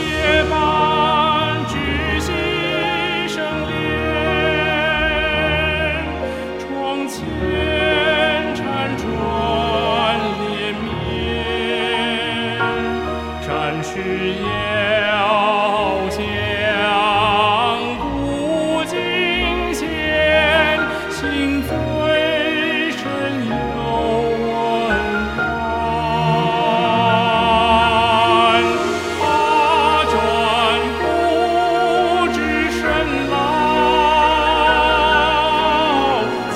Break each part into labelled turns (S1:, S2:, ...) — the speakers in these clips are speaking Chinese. S1: 夜半巨星生怜，窗前辗转连绵，战士遥想不尽弦，心最深有温暖。八转不知身老，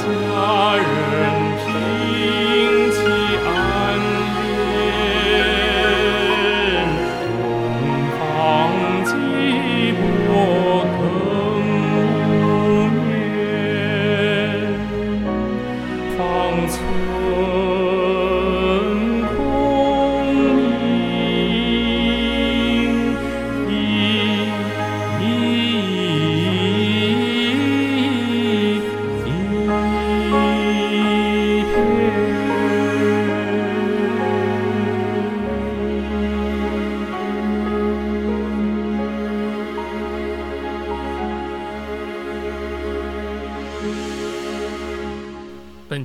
S1: 家人平齐安yên。东方既破更无眠。方寸空明一一一本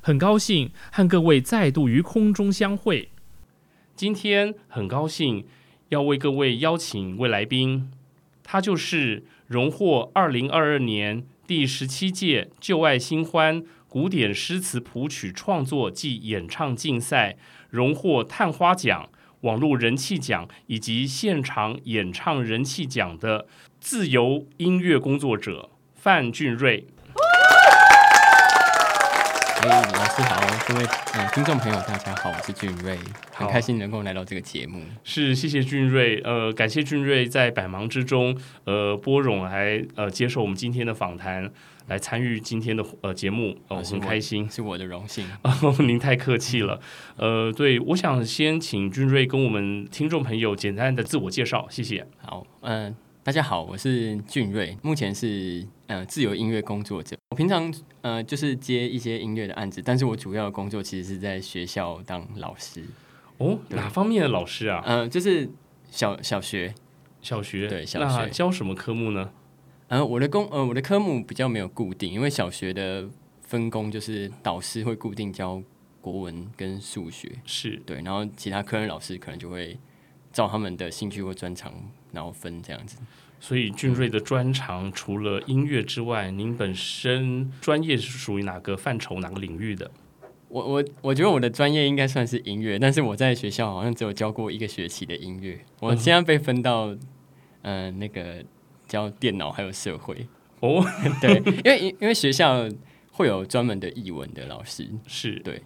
S1: 很高兴和各位再度于空中相会。今天很高兴要为各位邀请一位来宾，他就是荣获二零二二年第十七届旧爱新欢古典诗词谱曲创作暨演唱竞赛荣获探花奖、网络人气奖以及现场演唱人气奖的自由音乐工作者范俊瑞。
S2: 哎，老师好，各位呃听众朋友大家好，我是俊瑞，很开心能够来到这个节目。
S1: 是，谢谢俊瑞，呃，感谢俊瑞在百忙之中，呃，拨冗来呃接受我们今天的访谈，来参与今天的呃节目，呃、我
S2: 啊是
S1: 很
S2: 我
S1: 开心。
S2: 是我的荣幸。
S1: 哦，您太客气了，呃，对，我想先请俊瑞跟我们听众朋友简单的自我介绍，谢谢。
S2: 好，嗯、大家好，我是俊瑞，目前是呃自由音乐工作者。我平常呃就是接一些音乐的案子，但是我主要的工作其实是在学校当老师，
S1: 哦，哪方面的老师啊？
S2: 呃，就是小小学。
S1: 小学，
S2: 对小
S1: 那
S2: 学
S1: 教什么科目呢？
S2: 呃，我的工呃我的科目比较没有固定，因为小学的分工就是导师会固定教国文跟数学，
S1: 是
S2: 对，然后其他科任老师可能就会照他们的兴趣或专长，然后分这样子。
S1: 所以俊瑞的专长除了音乐之外，您本身专业是属于哪个范畴、哪个领域的？
S2: 我我我觉得我的专业应该算是音乐，但是我在学校好像只有教过一个学期的音乐。我现在被分到嗯、呃那个教电脑还有社会，
S1: 哦，
S2: 对，因为因为学校会有专门的译文的老师，
S1: 是
S2: 对，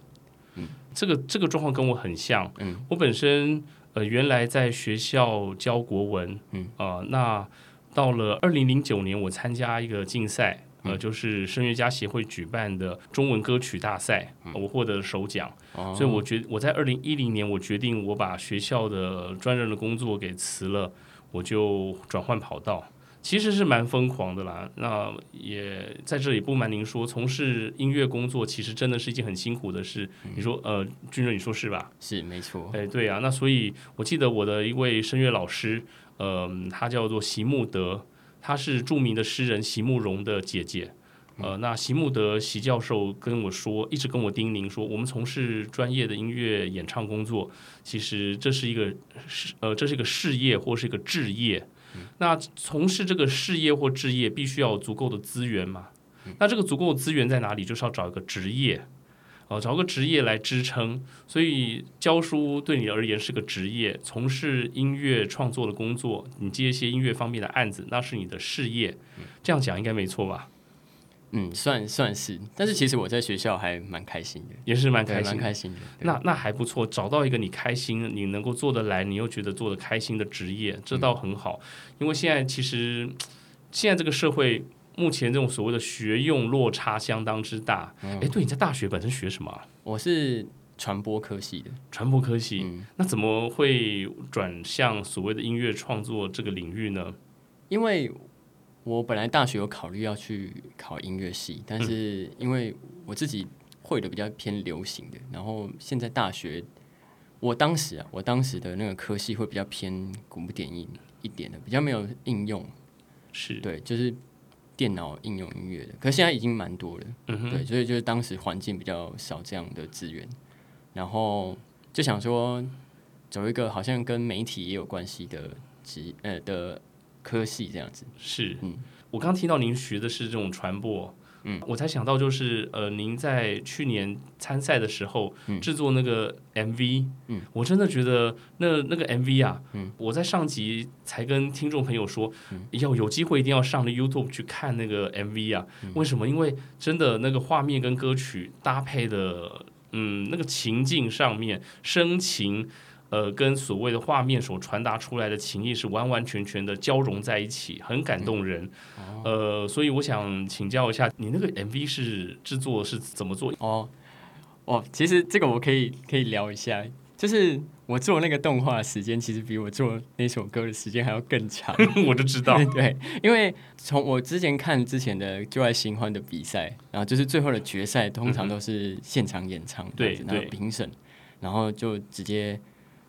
S2: 嗯，
S1: 这个这个状况跟我很像，
S2: 嗯，
S1: 我本身呃原来在学校教国文，
S2: 嗯，
S1: 啊、那到了二零零九年，我参加一个竞赛。呃，
S2: 嗯
S1: 就是声乐家协会举办的中文歌曲大赛，呃我获得了首奖，
S2: 嗯哦
S1: 所以我决我在二零一零年，我决定我把学校的专任的工作给辞了，我就转换跑道，其实是蛮疯狂的啦。那也在这里不瞒您说，从事音乐工作其实真的是一件很辛苦的事。你说，呃，军人，你说是吧？
S2: 是没错，
S1: 哎，对啊。那所以我记得我的一位声乐老师，嗯、他叫做席慕德，他是著名的诗人席慕容的姐姐。呃，那席慕德席教授跟我说，一直跟我叮咛说，我们从事专业的音乐演唱工作，其实这是一个事，呃，这是一个事业或是一个置业。那从事这个事业或置业，必须要有足够的资源嘛。那这个足够的资源在哪里？就是要找一个职业。呃找个职业来支撑。所以教书对你而言是个职业，从事音乐创作的工作，你接一些音乐方面的案子，那是你的事业。这样讲应该没错吧？
S2: 嗯，算算是，但是其实我在学校还蛮开心的，
S1: 也是蛮
S2: 对
S1: 开心
S2: 蛮
S1: 的。
S2: 开心的。对
S1: 那那还不错，找到一个你开心、你能够做得来、你又觉得做得开心的职业，这倒很好。因为现在其实现在这个社会，目前这种所谓的学用落差相当之大。哎、对，你在大学本身学什么啊、
S2: 我是传播科系的，
S1: 传播科系，
S2: 嗯，
S1: 那怎么会转向所谓的音乐创作这个领域呢？
S2: 因为我本来大学有考虑要去考音乐系，但是因为我自己会的比较偏流行的，然后现在大学，我当时啊，我当时的那个科系会比较偏古典音一点的，比较没有应用，
S1: 是，
S2: 对，就是电脑应用音乐的，可是现在已经蛮多了。
S1: 嗯哼，
S2: 对，所以就是当时环境比较少这样的资源，然后就想说走一个好像跟媒体也有关系的职呃的科系这样子。
S1: 是。
S2: 嗯
S1: 我刚听到您学的是这种传播，嗯，我才想到就是呃，您在去年参赛的时候
S2: 嗯
S1: 制作那个 MV，
S2: 嗯，
S1: 我真的觉得那那个 MV 啊，嗯，我在上集才跟听众朋友说，
S2: 嗯
S1: 要有机会一定要上了 YouTube 去看那个 MV 啊，
S2: 嗯
S1: 为什么？因为真的那个画面跟歌曲搭配的，嗯，那个情境上面深情。呃，跟所谓的画面所传达出来的情意是完完全全的交融在一起，很感动人。呃，所以我想请教一下，你那个 MV 是制作是怎么做？
S2: 哦，哦，其实这个我可以可以聊一下，就是我做那个动画的时间其实比我做那首歌的时间还要更长。，
S1: 我就知道
S2: 对，因为从我之前看之前的《旧爱新欢》的比赛，然后就是最后的决赛，通常都是现场演唱这样子，
S1: 嗯对
S2: 然
S1: 对
S2: 后评审，然后就直接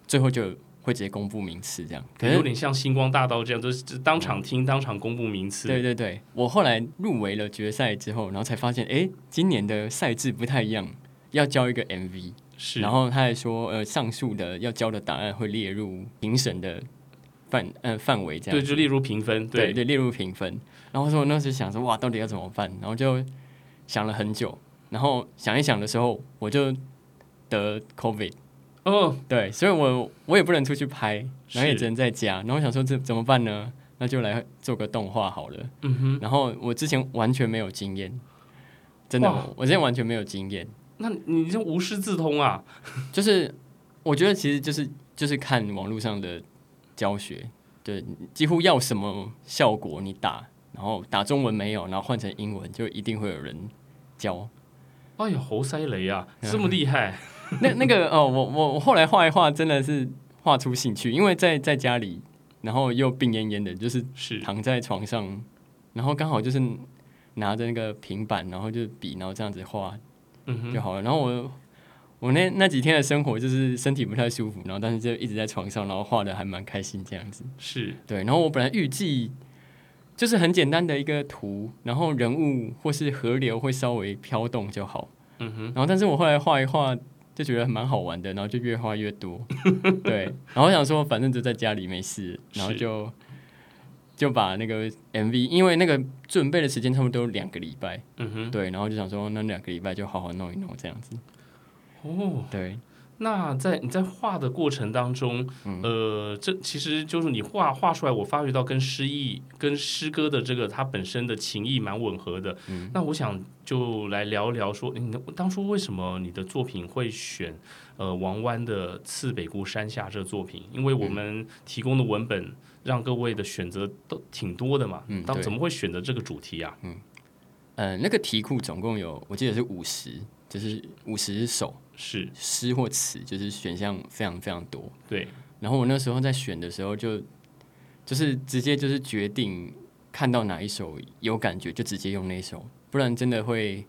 S2: 最后就会直接公布名次这样。可
S1: 有
S2: 是，
S1: 点像星光大道这样，就是就是当场听，当场公布名次。
S2: 嗯对对对，我后来入围了决赛之后，然后才发现，哎，今年的赛制不太一样，要交一个 MV，
S1: 是，
S2: 然后他还说，呃，上述的要交的答案会列入评审的范呃范围这样
S1: 对，
S2: 子。
S1: 就例如评分，
S2: 对对，列入评分。然后说我那时想说，哇，到底要怎么办？然后就想了很久，然后想一想的时候，我就得 COVID，
S1: 哦，
S2: 对，所以我我也不能出去拍，然后也
S1: 是
S2: 只能在家。然后我想说这怎么办呢？那就来做个动画好了。
S1: 嗯哼，
S2: 然后我之前完全没有经验，真的
S1: 哇，
S2: 我之前完全没有经验，
S1: 那你这无师自通啊，
S2: 就是我觉得其实就是就是看网络上的教学，对，几乎要什么效果你打，然后打中文没有，然后换成英文，就一定会有人教。
S1: 哎呀，猴塞雷啊，
S2: 嗯
S1: 这么厉害，
S2: 那那个哦，我我我后来画一画，真的是画出兴趣，因为在在家里，然后又病恹恹的，就是
S1: 是
S2: 躺在床上，然后刚好就是拿着那个平板，然后就笔，然后这样子画
S1: 嗯哼，
S2: 就好了。然后我我那那几天的生活就是身体不太舒服，然后但是就一直在床上，然后画的还蛮开心这样子。
S1: 是
S2: 对，然后我本来预计就是很简单的一个图，然后人物或是河流会稍微飘动就好。
S1: 嗯哼，
S2: 然后但是我后来画一画。就觉得蛮好玩的，然后就越画越多， 对。然后我想说，反正就在家里没事，然后
S1: 是
S2: 就就把那个 MV，因为那个准备的时间差不多两个礼拜，
S1: 嗯哼，
S2: 对。然后就想说，那两个礼拜就好好弄一弄这样子。
S1: 哦，
S2: 对，
S1: 那
S2: 嗯
S1: 在你在画的过程当中，呃，这其实就是你画画出来，我发觉到跟诗意、跟诗歌的这个它本身的情意蛮吻合的。
S2: 嗯
S1: 那我想就来聊聊说，诶你当初为什么你的作品会选呃王湾的《次北固山下》这作品？因为我
S2: 嗯
S1: 们提供的文本让各位的选择都挺多的嘛。
S2: 嗯
S1: 当
S2: 对
S1: 怎么会选择这个主题啊？
S2: 呃，那个题库总共有，我记得是五十，就是五十首
S1: 是
S2: 诗或词，就是选项非常非常多。
S1: 对，
S2: 然后我那时候在选的时候就，就是直接就是决定看到哪一首有感觉就直接用那一首，不然真的会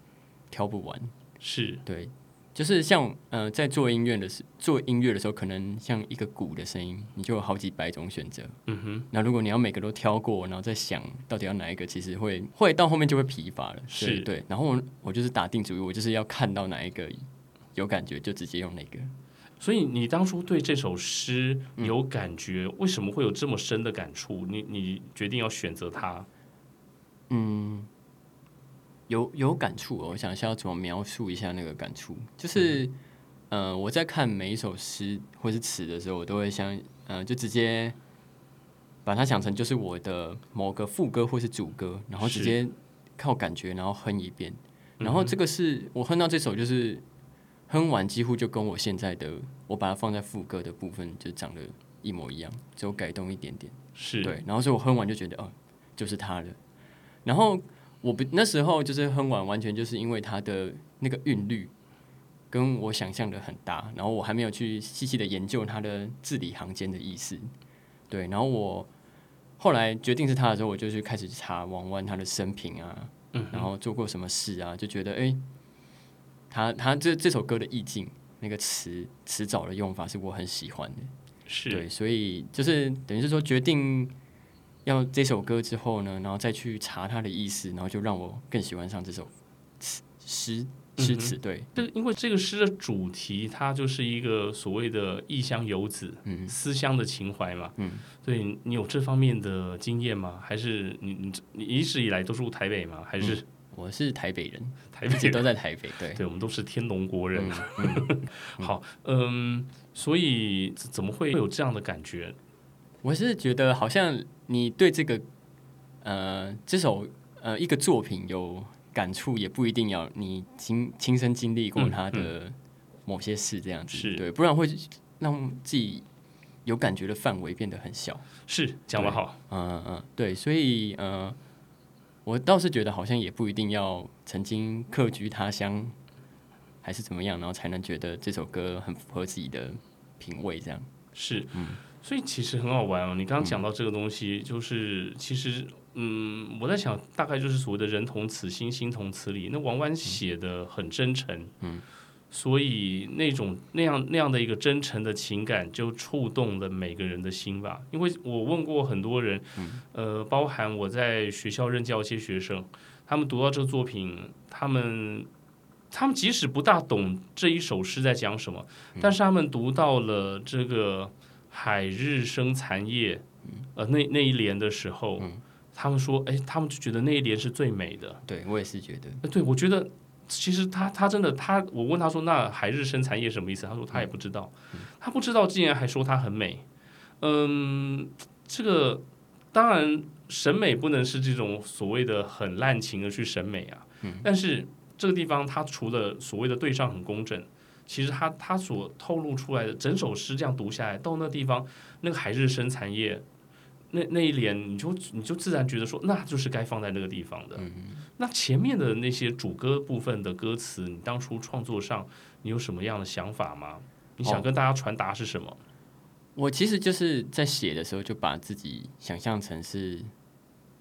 S2: 挑不完。
S1: 是
S2: 对，就是像呃，在做音乐的时做音乐的时候，可能像一个鼓的声音，你就有好几百种选择。
S1: 嗯哼，
S2: 那如果你要每个都挑过，然后再想到底要哪一个，其实会会到后面就会疲乏了。
S1: 是
S2: 对对。然后我我就是打定主意，我就是要看到哪一个有感觉就直接用哪个。
S1: 所以你当初对这首诗有
S2: 嗯
S1: 感觉，为什么会有这么深的感触？你你决定要选择它，
S2: 有有感触哦。我想一下要怎么描述一下那个感触，就是，嗯、我在看每一首诗或是词的时候，我都会想，嗯、就直接把它想成就是我的某个副歌或是主歌，然后
S1: 是
S2: 直接靠感觉，然后哼一遍。然后这个是我哼到这首，就是哼完几乎就跟我现在的我把它放在副歌的部分就长得一模一样，只有改动一点点。
S1: 是，
S2: 对，然后所以我哼完就觉得，哦，就是他了。然后我不那时候就是哼完，完全就是因为他的那个韵律跟我想象的很搭，然后我还没有去细细的研究他的字里行间的意思。对，然后我后来决定是他的时候，我就去开始查王湾他的生平啊，然后做过什么事啊，就觉得哎、他他这这首歌的意境。那个词词藻的用法是我很喜欢的，
S1: 是，
S2: 对，所以就是等于是说决定要这首歌之后呢，然后再去查它的意思，然后就让我更喜欢上这首词诗
S1: 嗯
S2: 诗词。对，
S1: 这因为这个诗的主题，它就是一个所谓的异乡游子、
S2: 嗯
S1: 思乡的情怀嘛。
S2: 嗯，
S1: 对你有这方面的经验吗？还是你你你一直以来都住台北吗？还是
S2: 我是台北人，
S1: 台
S2: 一
S1: 北
S2: 直
S1: 人？
S2: 都在台北。嗯对，
S1: 对，我们都是天龙国人。
S2: 嗯 嗯
S1: 好，嗯，所以怎怎么会有这样的感觉？
S2: 我是觉得好像你对这个呃这首呃一个作品有感触，也不一定要你亲亲身经历过
S1: 嗯
S2: 它的某些事这样子，
S1: 是
S2: 对，不然会让自己有感觉的范围变得很小。
S1: 是讲得
S2: 对
S1: 好，
S2: 嗯嗯，对，所以呃，我倒是觉得好像也不一定要曾经客居他乡，还是怎么样，然后才能觉得这首歌很符合自己的品味这样。
S1: 是，所以其实很好玩哦。你刚刚讲到这个东西，就是其实，嗯，我在想，大概就是所谓的人同此心，心同此理。那王湾写的很真诚，嗯，所以那种那样那样的一个真诚的情感，就触动了每个人的心吧。因为我问过很多人，呃，包含我在学校任教一些学生，他们读到这个作品，他们。他们即使不大懂这一首诗在讲什么，但是他们读到了这个海日生残夜，呃，那那一联的时候，他们说，哎，他们就觉得那一联是最美的。
S2: 对我也是觉得，
S1: 呃对，我觉得其实他他真的他，我问他说，那海日生残夜什么意思？他说他也不知道，他不知道，竟然还说它很美。嗯，这个当然审美不能是这种所谓的很滥情的去审美啊，但是这个地方它除了所谓的对仗很工整。其实它它所透露出来的整首诗这样读下来，到那地方那个海日生残夜，那那一联，你就你就自然觉得说，那就是该放在那个地方的。那前面的那些主歌部分的歌词，你当初创作上，你有什么样的想法吗？你想
S2: 哦
S1: 跟大家传达是什么？
S2: 我其实就是在写的时候就把自己想象成是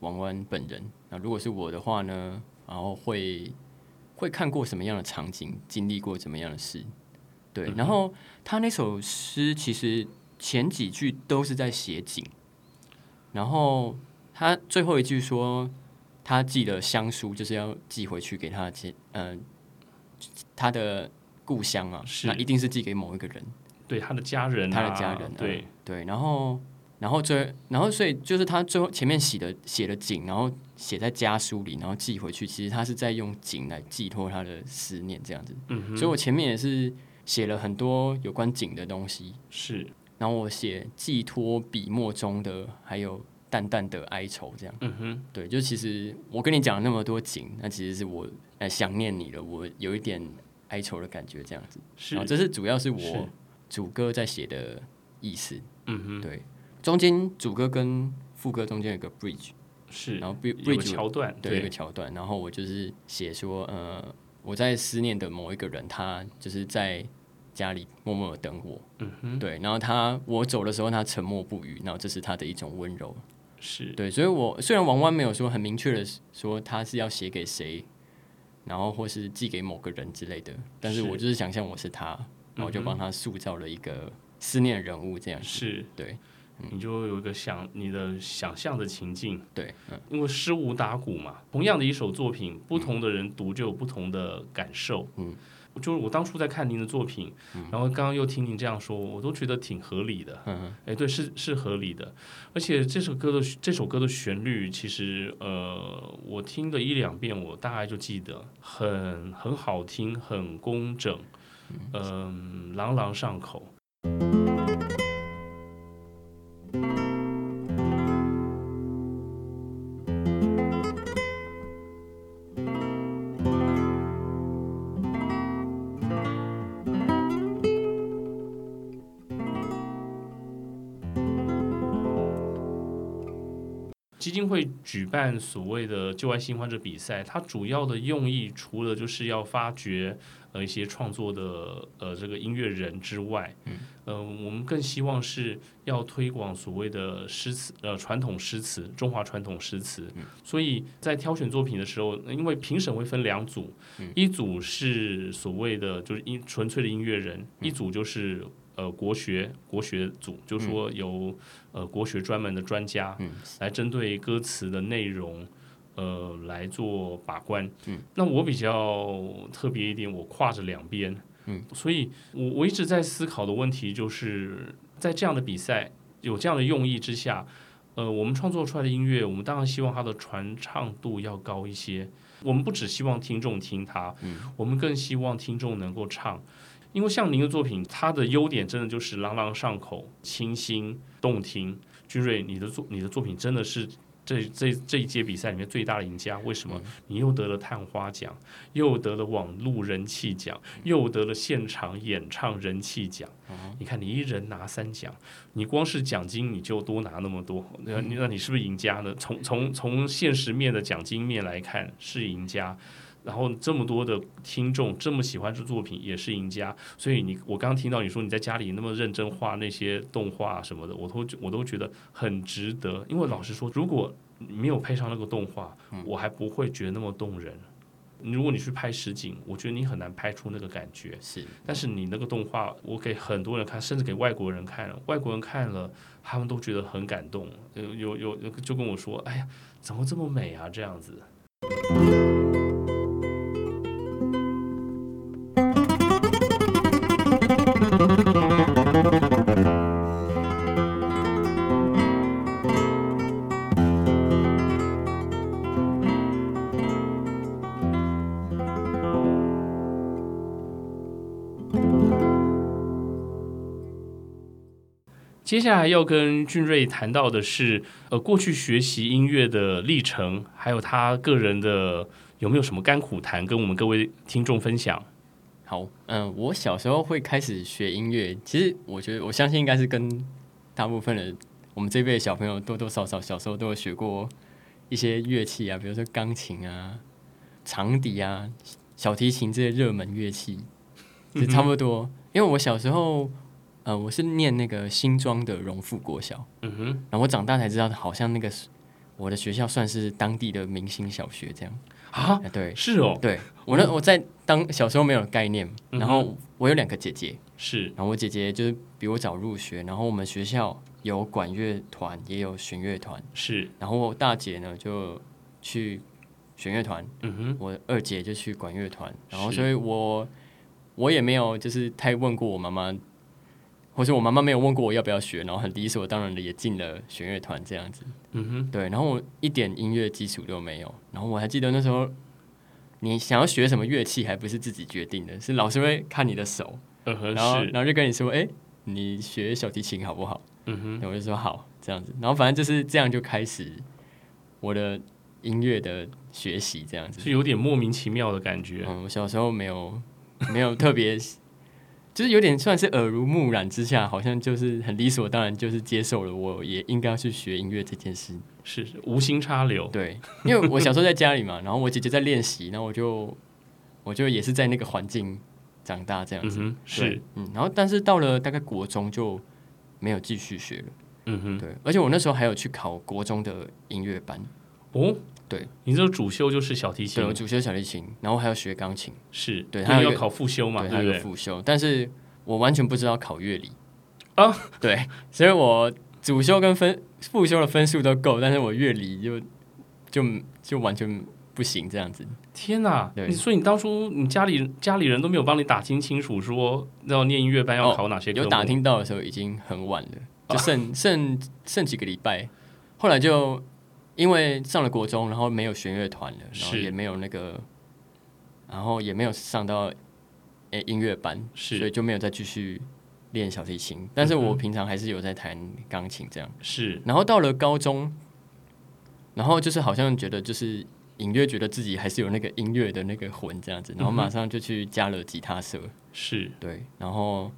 S2: 王湾本人。那如果是我的话呢，然后会会看过什么样的场景，经历过怎么样的事，对。然后他那首诗其实前几句都是在写景，然后他最后一句说他寄了乡书，就是要寄回去给他的亲，嗯、他的故乡啊，
S1: 是
S2: 那一定是寄给某一个人。
S1: 对他的家人、啊，
S2: 他的家人、嗯
S1: 对，
S2: 对，然后然后最然后所以就是他最后前面写的写的景，然后写在家书里，然后寄回去，其实他是在用景来寄托他的思念这样子。
S1: 嗯哼，
S2: 所以我前面也是写了很多有关景的东西，
S1: 是，
S2: 然后我写寄托笔墨中的，还有淡淡的哀愁这样。
S1: 嗯哼，
S2: 对，就其实我跟你讲了那么多景，那其实是我呃想念你了，我有一点哀愁的感觉这样子。
S1: 是嗯
S2: 然后，哦这是主要是我
S1: 是
S2: 主歌在写的意思。
S1: 嗯哼，
S2: 对，中间主歌跟副歌中间有个 bridge，
S1: 是，
S2: 然后 bri-
S1: 有个
S2: bridge
S1: 桥段，
S2: 对一个
S1: 对，
S2: 桥段，然后我就是写说，呃，我在思念的某一个人，他就是在家里默默的等我，
S1: 嗯哼，
S2: 对，然后他我走的时候，他沉默不语，然后这是他的一种温柔，
S1: 是，
S2: 对，所以我虽然王湾没有说很明确的说他是要写给谁，然后或是寄给某个人之类的，但是
S1: 是
S2: 我就是想象我是他，然后我就帮他塑造了一个思念人物这样子，
S1: 是，
S2: 对嗯
S1: 你就有一个想你的想象的情境，
S2: 对，嗯
S1: 因为诗无打鼓嘛，同样的一首作品，不同的人读就有不同的感受。
S2: 嗯，
S1: 就是我当初在看您的作品，然后刚刚又听您这样说，我都觉得挺合理的。
S2: 嗯，
S1: 哎，对，是是合理的。而且这首歌的这首歌的旋律，其实呃，我听了一两遍，我大概就记得，很很好听，很工整，嗯、朗朗上口。基金会举办所谓的旧爱新欢者比赛，它主要的用意除了就是要发掘呃一些创作的呃这个音乐人之外，嗯，呃，我们更希望是要推广所谓的诗词呃传统诗词，中华传统诗词。所以在挑选作品的时候，因为评审会分两组，一组是所谓的就是音纯粹的音乐人，一组就是。呃，国学国学组就说由呃国学专门的专家，来针对歌词的内容，呃，来做把关。嗯，那我比较特别一点，我跨着两边。嗯，所以我我一直在思考的问题就是在这样的比赛有这样的用意之下，呃，我们创作出来的音乐，我们当然希望它的传唱度要高一些。我们不只希望听众听它，我们更希望听众能够唱。因为像您的作品，它的优点真的就是朗朗上口、清新动听，君瑞，你的作你的作品真的是这这这一届比赛里面最大的赢家。为什么？你又得了探花奖，又得了网络人气奖，又得了现场演唱人气奖。你看，你一人拿三奖，你光是奖金你就多拿那么多，那你那你是不是赢家呢？从从从现实面的奖金面来看，是赢家。然后这么多的听众这么喜欢这作品，也是赢家。所以你，我刚刚听到你说你在家里那么认真画那些动画啊什么的，我都我都觉得很值得。因为老实说，如果没有配上那个动画，我还不会觉得那么动人。你如果你去拍实景，我觉得你很难拍出那个感觉。
S2: 是
S1: 但是你那个动画，我给很多人看，甚至给外国人看，外国人看了，他们都觉得很感动，有有有有就跟我说：“哎呀，怎么这么美啊？”这样子。接下来要跟俊瑞谈到的是，呃，过去学习音乐的历程，还有他个人的有没有什么甘苦谈，跟我们各位听众分享。
S2: 好，嗯、我小时候会开始学音乐，其实我觉得我相信应该是跟大部分的我们这辈的小朋友多多少少小时候都有学过一些乐器啊，比如说钢琴啊、长笛啊、小提琴这些热门乐器，就差不多。因为我小时候，呃，我是念那个新庄的荣富国小，
S1: 嗯哼，
S2: 然后我长大才知道，好像那个是我的学校算是当地的明星小学这样。
S1: 啊，
S2: 哎对
S1: 是哦，
S2: 对，我那我在当小时候没有概念，
S1: 嗯哼
S2: 然后我有两个姐姐，
S1: 是，
S2: 然后我姐姐就是比我早入学，然后我们学校有管乐团，也有弦乐团，
S1: 是，
S2: 然后我大姐呢就去弦乐团，
S1: 嗯哼，
S2: 我二姐就去管乐团，然后
S1: 是
S2: 所以我我也没有就是太问过我妈妈，或是我妈妈没有问过我要不要学，然后很理所当然的也进了弦乐团这样子。
S1: 嗯哼，
S2: 对，然后我一点音乐基础都没有。然后我还记得那时候，你想要学什么乐器，还不是自己决定的，是老师会看你的手，
S1: 嗯哼，
S2: 然后
S1: 是，
S2: 然后就跟你说，哎、你学小提琴好不好？
S1: 嗯哼，
S2: 然后我就说好，这样子。然后反正就是这样就开始我的音乐的学习，这样子。
S1: 是有点莫名其妙的感觉。
S2: 嗯，我小时候没有没有特别，就是有点算是耳濡目染之下，好像就是很理所当然，就是接受了我也应该要去学音乐这件事。
S1: 是是无心插柳，
S2: 对，因为我小时候在家里嘛，然后我姐姐在练习，然后我就我就也是在那个环境长大这样
S1: 嗯
S2: 子。
S1: 哼，
S2: 对
S1: 是，，
S2: 嗯，然后但是到了大概国中就没有继续学了。
S1: 嗯哼，
S2: 对，而且我那时候还有去考国中的音乐班，
S1: 哦，
S2: 对，
S1: 你这个主修就是小提
S2: 对我
S1: 琴，
S2: 主修小提琴，然后还有学钢琴，
S1: 是，
S2: 对
S1: 因
S2: 还有
S1: 为
S2: 一
S1: 要
S2: 个
S1: 考复修嘛，
S2: 对，还
S1: 对
S2: 有
S1: 不对？
S2: 个辅修，但是我完全不知道考乐理
S1: 啊，
S2: 对，所以我主修跟分复修的分数都够，但是我乐理就就就完全不行这样子。
S1: 天哪！
S2: 对
S1: 你所以你当初你家里家里人都没有帮你打听清楚，说要念音乐班要考哪些科目？
S2: 哦有打听到的时候已经很晚了，
S1: 啊
S2: 就剩、剩剩几个礼拜。后来就因为上了国中，然后没有弦乐团了，然后
S1: 是
S2: 也没有那个，然后也没有上到诶、音乐班，
S1: 是
S2: 所以就没有再继续练小提琴。但是
S1: 嗯
S2: 我
S1: 哼
S2: 平常还是有在弹钢琴这样。
S1: 是
S2: 然后到了高中，然后就是好像觉得就是隐约觉得自己还是有那个音乐的那个魂这样子，然
S1: 嗯
S2: 后马上就去加了吉他社。
S1: 是
S2: 对，然后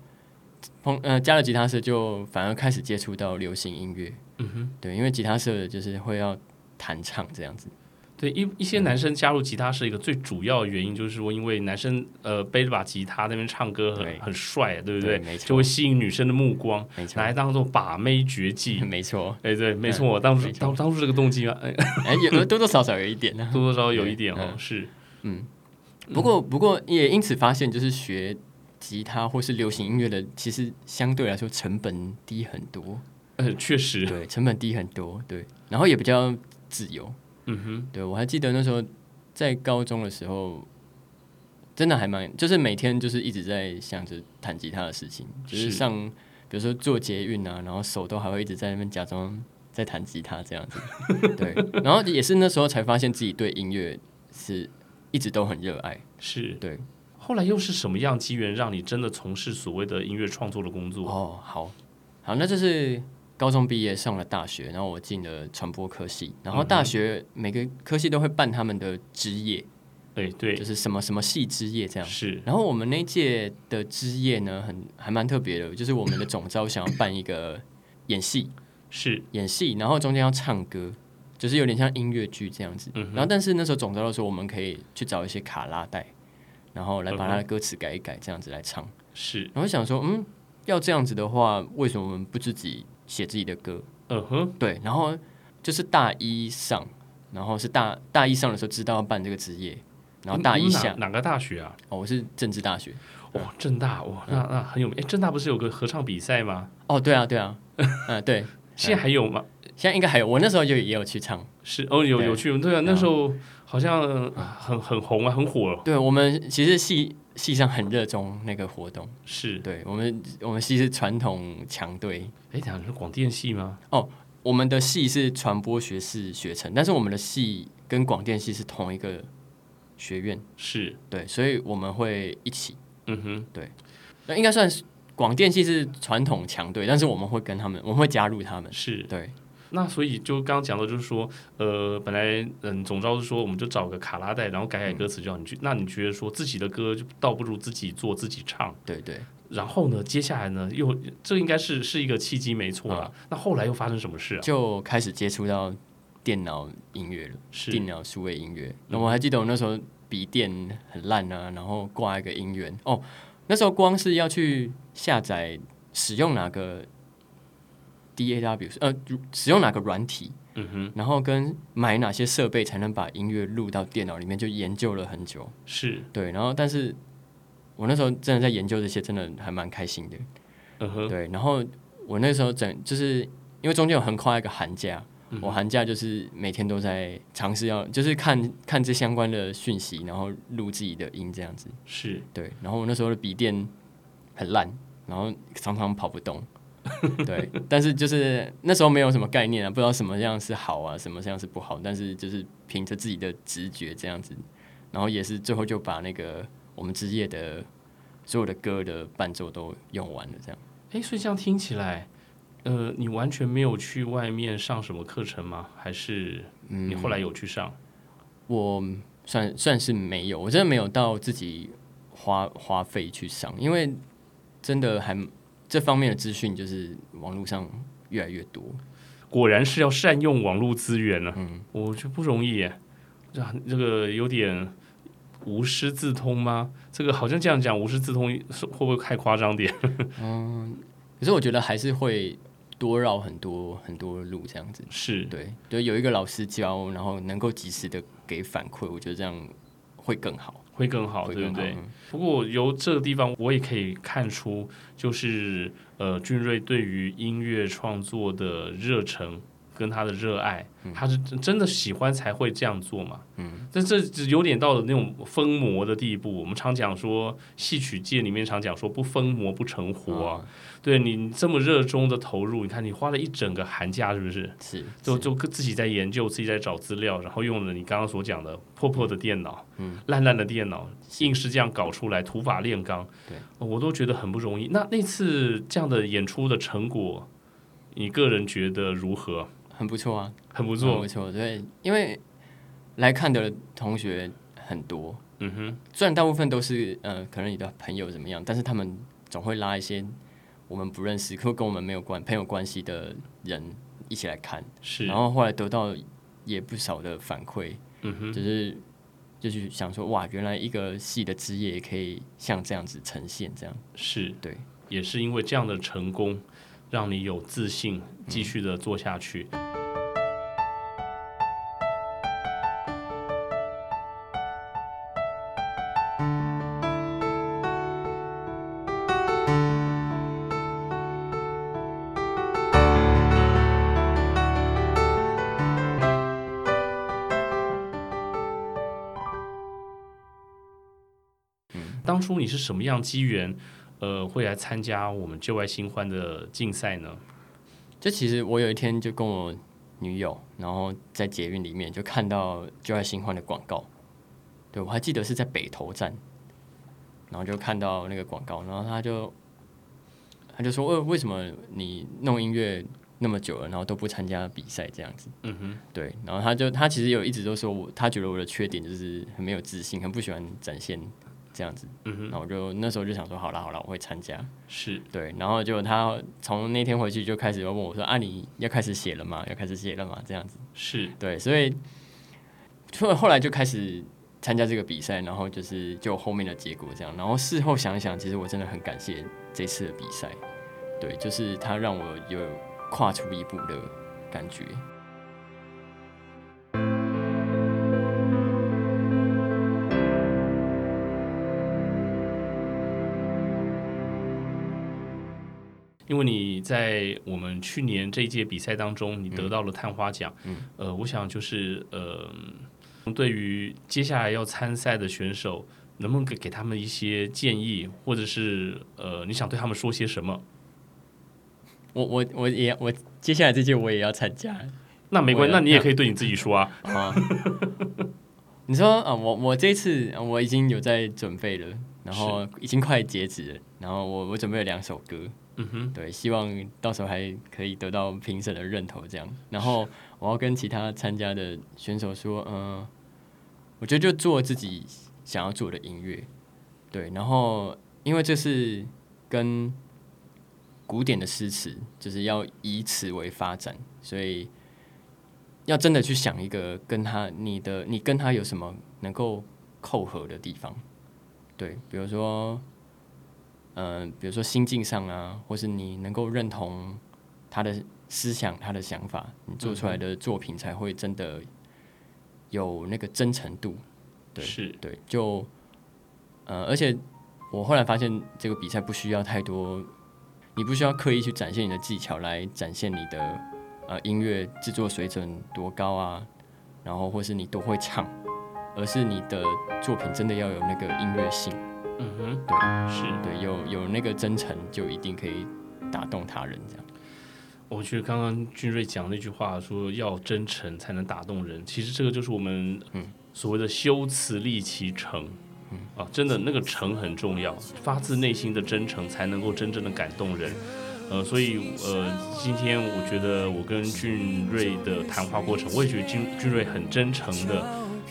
S2: 碰呃加了吉他社，就反而开始接触到流行音乐。
S1: 嗯哼，
S2: 对，因为吉他社就是会要弹唱这样子。
S1: 对一一些男生加入吉他是一个最主要的原因，就是说因为男生呃背着把吉他那边唱歌很
S2: 对
S1: 很帅，对不
S2: 对没错
S1: 就会吸引女生的目光，
S2: 没错
S1: 拿，来当做把妹绝技。
S2: 没错。
S1: 哎，对，没错，我当初
S2: 嗯没错
S1: 当当初这个动机嘛，哎
S2: 哎，有多多少少有一点呢、
S1: 多多少少有一点哦，
S2: 嗯
S1: 是
S2: 嗯，不过不过也因此发现，就是学吉他或是流行音乐的，其实相对来说成本低很多。
S1: 呃，确实，
S2: 对，成本低很多。对，然后也比较自由。
S1: 嗯哼，
S2: 对，我还记得那时候在高中的时候，真的还蛮，就是每天就是一直在想着弹吉他的事情，就
S1: 是
S2: 是上，比如说做捷运啊，然后手都还会一直在那边假装在弹吉他这样子。对，然后也是那时候才发现自己对音乐是一直都很热爱。
S1: 是
S2: 对，
S1: 后来又是什么样机缘让你真的从事所谓的音乐创作的工作？
S2: 哦，好，好，那就是高中毕业上了大学，然后我进了传播科系，然后大学每个科系都会办他们的之夜，
S1: 哎，对
S2: 就，是什么什么系之夜这样。
S1: 是
S2: 然后我们那一届的之夜呢，很还蛮特别的，就是我们的总招想要办一个演戏，
S1: 是，
S2: 演戏，然后中间要唱歌，就是有点像音乐剧这样子。
S1: 嗯哼
S2: 然后但是那时候总招的时候，我们可以去找一些卡拉带，然后来把它
S1: 嗯
S2: 的歌词改一改，这样子来唱。
S1: 是，
S2: 然后想说，嗯，要这样子的话，为什么我们不自己写自己的歌？
S1: 嗯哼，
S2: 对，然后就是大一上，然后是大大一上的时候知道要办这个职业，然后大
S1: 你
S2: 一
S1: 你哪
S2: 下，
S1: 嗯哪个大学啊？
S2: 哦，我是政治大学。
S1: 哇，正大哇，
S2: 嗯
S1: 那那很有名。哎，正大不是有个合唱比赛吗？
S2: 哦，对啊，对啊， 嗯，对，
S1: 现在还有吗？
S2: 现在应该还有，我那时候就也有去唱。
S1: 是哦，有
S2: 对
S1: 有趣，对啊，
S2: 嗯
S1: 那时候好像呃很很红啊，很火。
S2: 对，我们其实系系上很热衷那个活动，
S1: 是，
S2: 对我们我们系是传统强队，
S1: 哎，等一下你是广电系吗？
S2: 我们的系是传播学士学程，但是我们的系跟广电系是同一个学院，
S1: 是，
S2: 对，所以我们会一起，
S1: 嗯哼，
S2: 那应该算是广电系是传统强队，但是我们会跟他们，我们会加入他们，
S1: 是。
S2: 对，
S1: 那所以就刚刚讲到，就是说，呃，本来嗯，总招是说，我们就找个卡拉带，然后改
S2: 嗯
S1: 改歌词，就让你去。那你觉得说自己的歌就倒不如自己做自己唱，
S2: 对对。
S1: 然后呢，接下来呢，又这应该是是一个契机，没错啦。那后来又发生什么事啊？
S2: 啊就开始接触到电脑音乐了，
S1: 是嗯
S2: 电脑数位音乐。那我还记得我那时候笔电很烂啊，然后挂一个音源哦，那时候光是要去下载使用哪个 DAW 呃使用哪个软体，
S1: 嗯哼，
S2: 然后跟买哪些设备才能把音乐录到电脑里面，就研究了很久。
S1: 是，
S2: 对，然后但是我那时候真的在研究这些，真的还蛮开心的。
S1: 嗯哼，
S2: 对，然后我那时候整就是因为中间有横跨一个寒假，
S1: 嗯
S2: 我寒假就是每天都在尝试要就是看看这相关的讯息，然后录自己的音这样子。
S1: 是
S2: 对，然后我那时候的笔电很烂，然后常常跑不动。 对，但是就是那时候没有什么概念啊，不知道什么样是好啊，什么样是不好，但是就是凭着自己的直觉这样子，然后也是最后就把那个我们之夜的所有的歌的伴奏都用完了这样。
S1: 哎，所以这样听起来，呃，你完全没有去外面上什么课程吗？还是
S2: 嗯
S1: 你后来有去上？
S2: 我算算是没有，我真的没有到自己花花费去上，因为真的还这方面的资讯就是网络上越来越多。
S1: 果然是要善用网络资源呢、嗯，我觉得不容易耶，这这个有点无师自通吗？这个好像这样讲无师自通是会不会太夸张点？
S2: 可是我觉得还是会多绕很多很多路这样子。
S1: 是
S2: 对，就有一个老师教，然后能够及时的给反馈，我觉得这样会更好，
S1: 会更好，
S2: 会
S1: 对
S2: 更
S1: 不
S2: 好。
S1: 对？
S2: 嗯
S1: 不过由这个地方，我也可以看出，就是呃，俊瑞对于音乐创作的热忱跟他的热爱，他是真真的喜欢才会这样做嘛。嗯，但这只有点到了那种疯魔的地步。我们常讲说，戏曲界里面常讲说，不疯魔不成活啊。对你这么热衷的投入，你看你花了一整个寒假，是不是？
S2: 是，
S1: 就是就自己在研究，自己在找资料，然后用了你刚刚所讲的破破的电脑、
S2: 嗯
S1: 烂烂的电脑，硬是这样搞出来，土法炼钢。
S2: 对
S1: 呃，我都觉得很不容易。那那次这样的演出的成果，你个人觉得如何？
S2: 很不错啊，
S1: 很不
S2: 不
S1: 错
S2: 不，错。对，因为来看的同学很多，
S1: 嗯哼，
S2: 虽然大部分都是呃，可能你的朋友怎么样，但是他们总会拉一些我们不认识或跟我们没有关朋友关系的人一起来看，
S1: 是
S2: 然，后后来得到也不少的反馈，
S1: 嗯哼，
S2: 就是就是想说哇，原来一个戏的职业也可以像这样子呈现，这样
S1: 是
S2: 对，
S1: 也是因为这样的成功，让你有自信继续的做下去。当初你是什么样机缘，呃，会来参加我们旧爱新欢的竞赛呢？
S2: 就其实我有一天就跟我女友，然后在捷运里面就看到就爱新欢的广告，对我还记得是在北投站，然后就看到那个广告，然后她就她就说，呃，为什么你弄音乐那么久了，然后都不参加比赛这样子？
S1: 嗯哼，
S2: 对，然后她就她其实有一直都说我，她觉得我的缺点就是很没有自信，很不喜欢展现这样子。
S1: 嗯哼
S2: 然，后我就那时候就想说，好啦好啦，我会参加。
S1: 是，
S2: 对，然后就他从那天回去就开始问我说：“啊，你要开始写了吗？要开始写了吗？”这样子，
S1: 是，
S2: 对，所以后后来就开始参加这个比赛，然后就是就后面的结果这样，然后事后想一想，其实我真的很感谢这次的比赛，对，就是它让我有跨出一步的感觉。
S1: 因为你在我们去年这一届比赛当中，你得到了探花奖。
S2: 嗯
S1: 呃，我想就是呃，对于接下来要参赛的选手，能不能给给他们一些建议，或者是呃，你想对他们说些什么？
S2: 我我我也我接下来这届我也要参加
S1: 那没关系，那
S2: 我要
S1: 你也可以对你自己说啊。
S2: 啊。你说啊，我我这一次啊我已经有在准备了，然后已经快截止了，然后我我准备了两首歌，
S1: 嗯哼，
S2: 对，希望到时候还可以得到评审的认同，这样。然后我要跟其他参加的选手说，嗯、我觉得就做自己想要做的音乐，对。然后因为这是跟古典的诗词，就是要以此为发展，所以要真的去想一个跟他你的你跟他有什么能够扣合的地方，对，比如说。呃，比如说心境上啊，或是你能够认同他的思想、他的想法，你做出来的作品才会真的有那个真诚度。对
S1: 是，
S2: 对，就呃，而且我后来发现，这个比赛不需要太多，你不需要刻意去展现你的技巧来展现你的呃音乐制作水准多高啊，然后或是你多会唱，而是你的作品真的要有那个音乐性。
S1: 嗯哼，
S2: 对。
S1: 是。
S2: 对，有有那个真诚，就一定可以打动他人，这样。
S1: 我觉得刚刚俊瑞讲那句话说要真诚才能打动人，其实这个就是我们所谓的修辞立其诚。啊，真的那个诚很重要，发自内心的真诚才能够真正的感动人。呃，所以呃，今天我觉得我跟俊瑞的谈话过程，我也觉得俊俊瑞很真诚的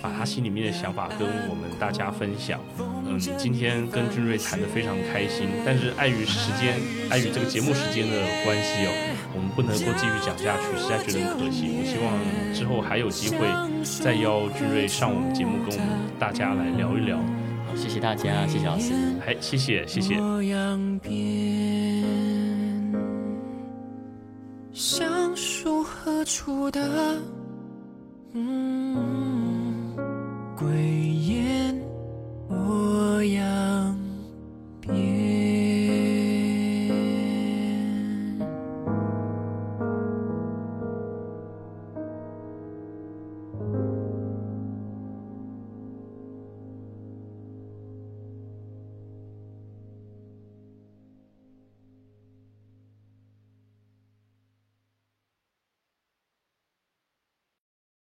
S1: 把他心里面的想法跟我们大家分享。嗯，今天跟俊瑞谈得非常开心，但是碍于时间，碍于这个节目时间的关系哦，我们不能够继续讲下去，实在觉得很可惜。我希望之后还有机会再邀俊瑞上我们节目，跟我们大家来聊一聊。
S2: 好，谢谢大家，谢谢老师。
S1: 哎，谢谢谢谢。
S3: 模样变，像树何处的？嗯。